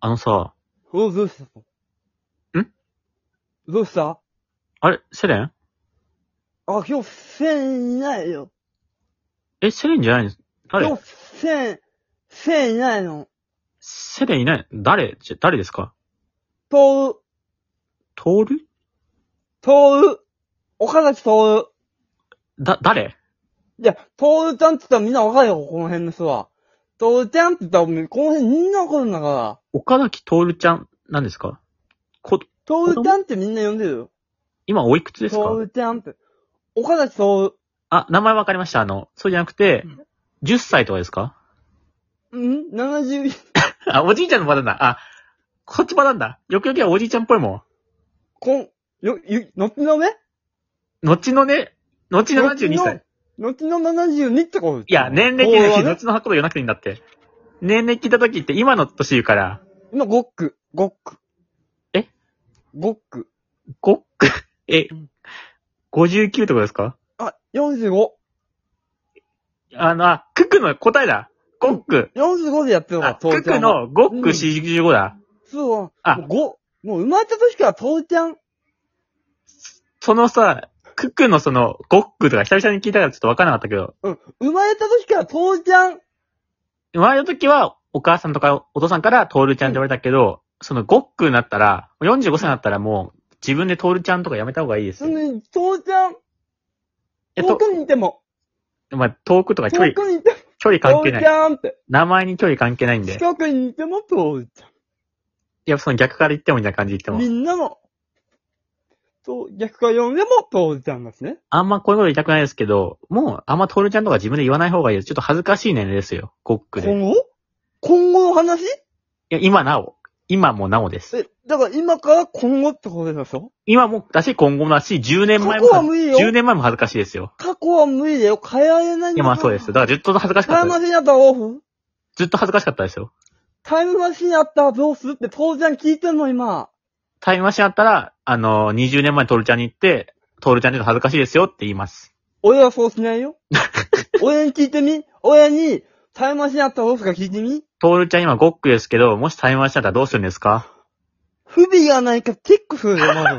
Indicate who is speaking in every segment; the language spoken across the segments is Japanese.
Speaker 1: あのさ、
Speaker 2: お、どうした
Speaker 1: ん
Speaker 2: どうした
Speaker 1: あれ、セレン
Speaker 2: あ、今日、せんいないよ。
Speaker 1: え、セレンじゃないの誰
Speaker 2: 今日、せん、せんいないの。
Speaker 1: セレンいない誰じゃ誰ですか
Speaker 2: とう、
Speaker 1: トール
Speaker 2: とう、岡崎とう。
Speaker 1: だ、誰
Speaker 2: いや、とうちゃんって言ったらみんなわかるよ、この辺の人は。とうちゃんって言ったら、この辺みんなわかるんだから。
Speaker 1: 岡崎トールちゃんなんですかこ、
Speaker 2: とうちゃんってみんな呼んでるよ。
Speaker 1: 今おいくつです
Speaker 2: と
Speaker 1: か
Speaker 2: うちゃんって。岡崎と
Speaker 1: あ、名前わかりました。あの、そうじゃなくて
Speaker 2: うん、
Speaker 1: 10歳とかですか
Speaker 2: う。ん ?70、
Speaker 1: あ、おじいちゃんのパターンだ。あ、こっちパターンだ。よくよくはおじいちゃんっぽいも
Speaker 2: こん、よ、ゆ、のちのね
Speaker 1: ん。後のね、後72歳。
Speaker 2: 後の72ってこと
Speaker 1: いや、年
Speaker 2: こ
Speaker 1: 歴
Speaker 2: れ
Speaker 1: だ
Speaker 2: は
Speaker 1: し、
Speaker 2: ね
Speaker 1: 後の箱で言わなくていいんだって。年齢聞いた時って今の年言うから、
Speaker 2: 今、ゴック、ゴック。
Speaker 1: え
Speaker 2: ゴック。
Speaker 1: ご、え
Speaker 2: うん、
Speaker 1: 59とかですか
Speaker 2: あ、45。
Speaker 1: あの、あ、クックの答えだ。ゴック。
Speaker 2: 45でやってるの
Speaker 1: あ、
Speaker 2: か、
Speaker 1: ク
Speaker 2: 父
Speaker 1: ッ
Speaker 2: ちゃ
Speaker 1: ク
Speaker 2: んは。
Speaker 1: のゴッ
Speaker 2: うん
Speaker 1: ク45だ。
Speaker 2: そう。
Speaker 1: あ
Speaker 2: もう5、もう生まれた時から父ちゃん。
Speaker 1: そのさ、クックのその、ゴックとか久々に聞いたからちょっとわからなかったけど、
Speaker 2: うん。生まれた時から父ちゃん。
Speaker 1: 生まれた時はお母さんとかお父さんからトールちゃんって言われたけど、そのゴックになったら、45歳になったらもう、自分でトールちゃんとかやめた方がいいです
Speaker 2: そ
Speaker 1: よ。
Speaker 2: のに、父ちゃん。
Speaker 1: えっ
Speaker 2: 遠
Speaker 1: と
Speaker 2: く、にいても。
Speaker 1: まあ、遠くとか距
Speaker 2: 遠
Speaker 1: 離、
Speaker 2: くにいても。
Speaker 1: 距離関係
Speaker 2: 父
Speaker 1: な
Speaker 2: ち
Speaker 1: い。
Speaker 2: ゃんって。
Speaker 1: 名前に距離関係ないんで。
Speaker 2: 近くにいても父ち
Speaker 1: いや、その逆から言ってもみたいな感じで
Speaker 2: ゃ
Speaker 1: 言
Speaker 2: ん。
Speaker 1: って
Speaker 2: み
Speaker 1: も。
Speaker 2: んなも。そう、逆から呼んでも父ちゃんだしね。
Speaker 1: あんまこういうこと言いたくないですけど、もうあんまトールちゃんとか自分で言わない方がいいです。ちょっと恥ずかしい年齢ですよ。ゴックで。い
Speaker 2: 今後今後の話
Speaker 1: や、今なお。今もなおです。
Speaker 2: え、だから今から今後ってことでしょ
Speaker 1: 今もだし、今後もだし、10年前も
Speaker 2: 過去は無理よ
Speaker 1: 10年前も恥ずかしいですよ。
Speaker 2: 過去は無理だよ。変えられないん
Speaker 1: い
Speaker 2: だ
Speaker 1: や、
Speaker 2: か
Speaker 1: ま
Speaker 2: ら
Speaker 1: あそうです。だからずっと恥ずかしか
Speaker 2: タイ
Speaker 1: っ
Speaker 2: ム
Speaker 1: た
Speaker 2: マ
Speaker 1: です。
Speaker 2: シンあったらオフ
Speaker 1: ずっと恥ずかしかったですよ。
Speaker 2: タイムマシンあったらどうするって父ちゃん聞いてんの今。
Speaker 1: タイムマシンあったら、あの、20年前にトールちゃんに行って、トールちゃんちょっと恥ずかしいですよって言います。
Speaker 2: 俺はそうしない よ。俺に聞いてみ俺にタイムマシンあったらどうするか聞いてみ
Speaker 1: トールちゃん今ゴックですけど、もしタイムマシンあったらどうするんですか
Speaker 2: 不備がないかチェックするよ、 まず。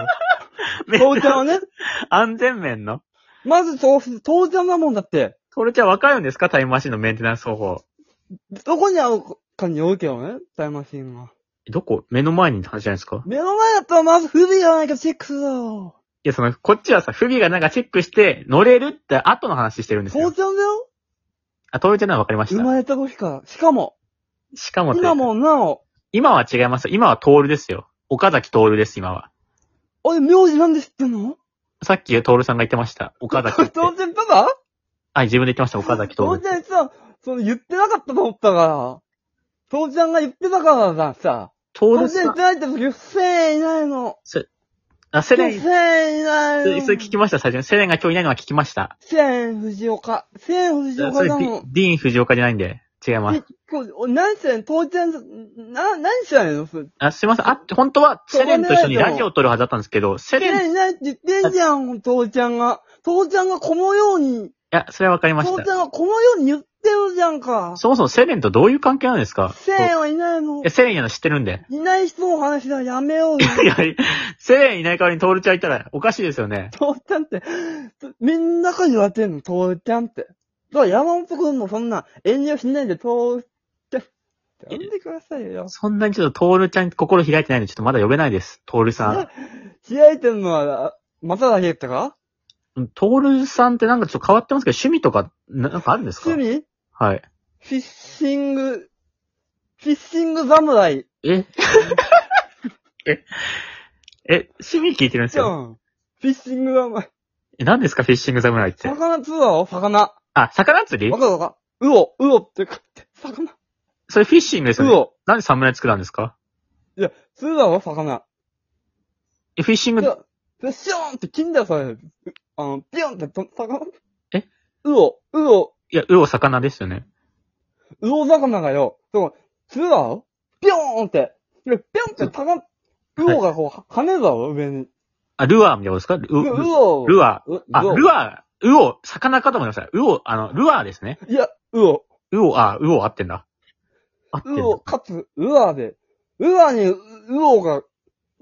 Speaker 2: 父ちゃんはね。
Speaker 1: 安全面の
Speaker 2: まずそうする。父ちゃんだもんだって。
Speaker 1: トールちゃんわかるんですかタイムマシンのメンテナンス方法。
Speaker 2: どこにあるかによるけどね、タイムマシンは。
Speaker 1: えどこ目の前にって話じゃないですか
Speaker 2: 目の前だったらまず不備がないかチェックするだろ
Speaker 1: いや、その、こっちはさ、不備がなんかチェックして、乗れるって後の話してるんです
Speaker 2: 父
Speaker 1: よ。
Speaker 2: ちゃんだよ。
Speaker 1: あ、トールちゃんならわかりまし
Speaker 2: 生
Speaker 1: た。
Speaker 2: まれた時から。しかも、
Speaker 1: しかもというか
Speaker 2: 今もなお、
Speaker 1: 今は違いますよ。今はトールですよ。岡崎トールです、今は。
Speaker 2: 俺名字なんで知ってんの
Speaker 1: さっきトールさんが言ってました。岡崎って。
Speaker 2: 当然パパ
Speaker 1: はい、自分で言ってました、岡崎ト
Speaker 2: 父
Speaker 1: ール。
Speaker 2: ちゃんさ、その言ってなかったと思ったから。父ちゃんが言ってたからださ。
Speaker 1: トール
Speaker 2: 父ちゃ
Speaker 1: さ
Speaker 2: ん言っ
Speaker 1: ん
Speaker 2: て、ないって時、せーいないの。
Speaker 1: あ、セ
Speaker 2: せ
Speaker 1: レ
Speaker 2: ー
Speaker 1: ン、
Speaker 2: いない
Speaker 1: それ
Speaker 2: の。
Speaker 1: それ聞きました、最初に。セレンが今日いないのは聞きました。
Speaker 2: せー藤岡。せー藤
Speaker 1: そ
Speaker 2: 岡
Speaker 1: れデ
Speaker 2: だも
Speaker 1: ィ
Speaker 2: ん。
Speaker 1: ディーン・藤岡じゃないんで、違います。
Speaker 2: こうお何してんの父ちゃんさ、な、何してんのそれ
Speaker 1: あ、すいません。あ、本当は、セレンと一緒にラジオを撮るはずだったんですけど、セ
Speaker 2: せ
Speaker 1: レン、い
Speaker 2: ーいないって言ってんじゃん、父ちゃんが。父ちゃんがこのように、
Speaker 1: や、それはわかりまし
Speaker 2: 父ち
Speaker 1: た。
Speaker 2: ゃんがこのように言ってるじゃんか。
Speaker 1: そもそもセレンとどういう関係なんですか
Speaker 2: せーはいないの
Speaker 1: いや。セレンやの知ってるんで。
Speaker 2: いない人の話はやめようよ。
Speaker 1: いや、セレンいない代わりにトールちゃんいたらおかしいですよね。
Speaker 2: 父ちゃんって、みんなから言われてんの、父ちゃんって。だから山本くんもそんな遠慮しないで、父ちゃんって呼んでくださいよ。
Speaker 1: そんなにちょっとトールちゃん心開いてないんで、ちょっとまだ呼べないです。トールさん。
Speaker 2: 開いてんのは、まただけってか
Speaker 1: うんトールさんってなんかちょっと変わってますけど、趣味とか、ななんかあるんですか
Speaker 2: 趣味
Speaker 1: はい。
Speaker 2: フィッシング、フィッシング侍。
Speaker 1: え ええ、趣味聞いてるんです
Speaker 2: じゃ
Speaker 1: よ。
Speaker 2: ん。フィッシング侍。
Speaker 1: え、何ですかフィッシング侍って。
Speaker 2: 魚釣るだろ魚。わ
Speaker 1: あ、魚釣り
Speaker 2: かるわかる。ウオ、ウオってかって、魚。
Speaker 1: それフィッシングですよ
Speaker 2: ウ
Speaker 1: ね。
Speaker 2: オ。
Speaker 1: なんで侍作るんですか
Speaker 2: いや、釣るだろ魚。
Speaker 1: え、フィッシン
Speaker 2: い
Speaker 1: グ、
Speaker 2: や、で、ショーンって金だよ、それ。うあの、ピョンってと、魚。
Speaker 1: え
Speaker 2: うお、うお、
Speaker 1: いや、魚魚ですよね。
Speaker 2: うお魚がよ、その、釣るだろピョーンって。で、ピョンって魚、うおがこう、は跳ねるだろ、上に。
Speaker 1: あ、ルアーみたいなことですかル
Speaker 2: う
Speaker 1: ル
Speaker 2: お。
Speaker 1: ルア
Speaker 2: う
Speaker 1: ー。あ、
Speaker 2: う
Speaker 1: ルアー、魚、魚かと思いました。魚、あの、ルアーですね。
Speaker 2: おいや、うお、
Speaker 1: 魚、あ、魚合ってんだ。合ってん
Speaker 2: う
Speaker 1: だ。
Speaker 2: お、かつ、ルアーで、うわに、う、うおが、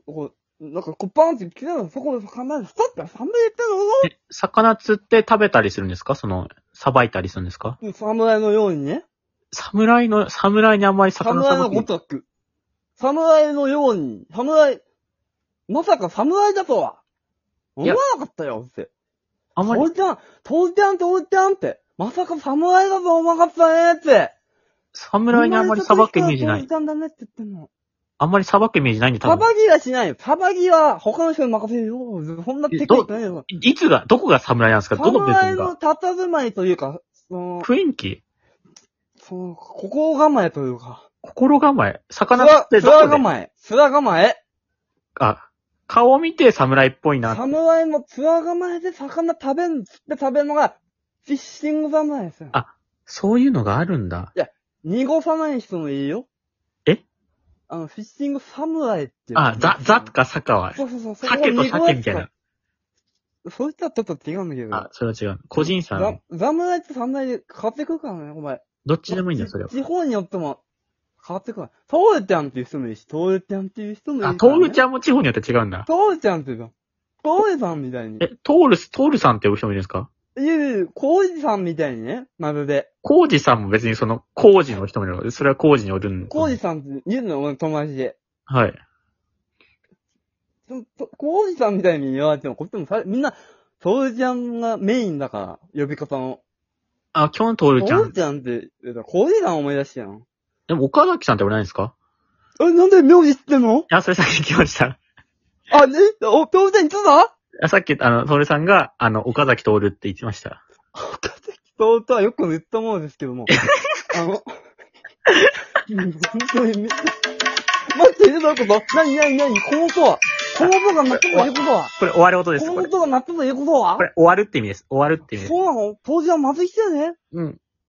Speaker 2: こう、なんかこうバーンって切れるの、そこで魚で、ストップ侍やった
Speaker 1: え、魚釣って食べたりするんですかその、さばいたりするんですか
Speaker 2: の侍のようにね。
Speaker 1: 侍の、侍にあんまり魚さば
Speaker 2: 侍の
Speaker 1: き
Speaker 2: ごとく。侍のように、侍、まさか侍だとは、
Speaker 1: い
Speaker 2: 思
Speaker 1: や
Speaker 2: わなかったよって。
Speaker 1: あんまり
Speaker 2: ト、ルちゃん、トルちゃん、トルちゃんって、まさか侍だと思わなかったねって。
Speaker 1: 侍にあんまりさばくイメージな
Speaker 2: トル
Speaker 1: い。
Speaker 2: ちゃんだねって言ってんの。
Speaker 1: あんまりさばくイメージないんで、多
Speaker 2: サ
Speaker 1: 分。
Speaker 2: バギはしないよ。サバギは他の人に任せるよ。そんなテクニックないよ。
Speaker 1: いいつが、どこが侍なんですかどの部
Speaker 2: 侍
Speaker 1: 分が
Speaker 2: の佇まいというか、その、
Speaker 1: 雰囲気
Speaker 2: その、心構えというか。
Speaker 1: 心構え魚釣って
Speaker 2: 面
Speaker 1: どこで
Speaker 2: 構え。面構え。
Speaker 1: あ、顔を見て侍っぽいな。
Speaker 2: 侍も面構えで魚食べん、釣って食べるのが、フィッシング侍ですよ
Speaker 1: あ。そういうのがあるんだ。
Speaker 2: 濁さない人もいいよ。
Speaker 1: え
Speaker 2: あの、フィッシング侍っていう。
Speaker 1: あ、ザ、ザと。か坂は、
Speaker 2: そうそうそう。そこを
Speaker 1: 鮭と
Speaker 2: 濁
Speaker 1: 鮭
Speaker 2: す
Speaker 1: みたいな。。
Speaker 2: そういったらちょっと違うんだけど
Speaker 1: あ、。それは違う。個人差の
Speaker 2: ザ、侍と侍で変わってくるからね、お前。
Speaker 1: どっちでもいいんだよ、それは。
Speaker 2: 地方によっても変わってくる。トールちゃんっていう人もいるし、トールちゃんっていう人もいる、
Speaker 1: あ、トールち
Speaker 2: ゃん。
Speaker 1: ゃんも地方によって違うんだ。
Speaker 2: トールちゃんっていうの。トールさんみたいに。
Speaker 1: え、トールス、トールさんって呼ぶ人もいるんですか
Speaker 2: いやいやいや、コウジさんみたいにね、まるで。
Speaker 1: コウジさんも別にその、コウジの人もいるので、それはコウジによるんで。
Speaker 2: コウジさんって言うの、俺の友達で。
Speaker 1: はい。
Speaker 2: ちょとコウジさんみたいに言われても、こっちもさ、みんな、トールちゃんがメインだから、呼び方の。
Speaker 1: あ、今日トー
Speaker 2: ト
Speaker 1: ルちゃ
Speaker 2: ール
Speaker 1: ん。
Speaker 2: ちゃんって、言うとコウジさん思い出してやん。
Speaker 1: でも岡崎さんって呼ばれないんですか
Speaker 2: え、なんで名字知ってんの
Speaker 1: あ、それさっき聞きました。
Speaker 2: あ、ね、お、トールちゃんいつだ
Speaker 1: あさっき、あの、トールさんが、あの、岡崎トールって言ってました。
Speaker 2: トールとはよく言ったものですけ ども。あの、本当にめ待って、どういうことなになになにこの音はこの音が鳴ったということは
Speaker 1: これ終わる音です、
Speaker 2: この
Speaker 1: これ。
Speaker 2: 音が鳴ったということは
Speaker 1: これ終わるって意味です。終わるって意味です。
Speaker 2: そうなの当時はまずい人だね。
Speaker 1: うん。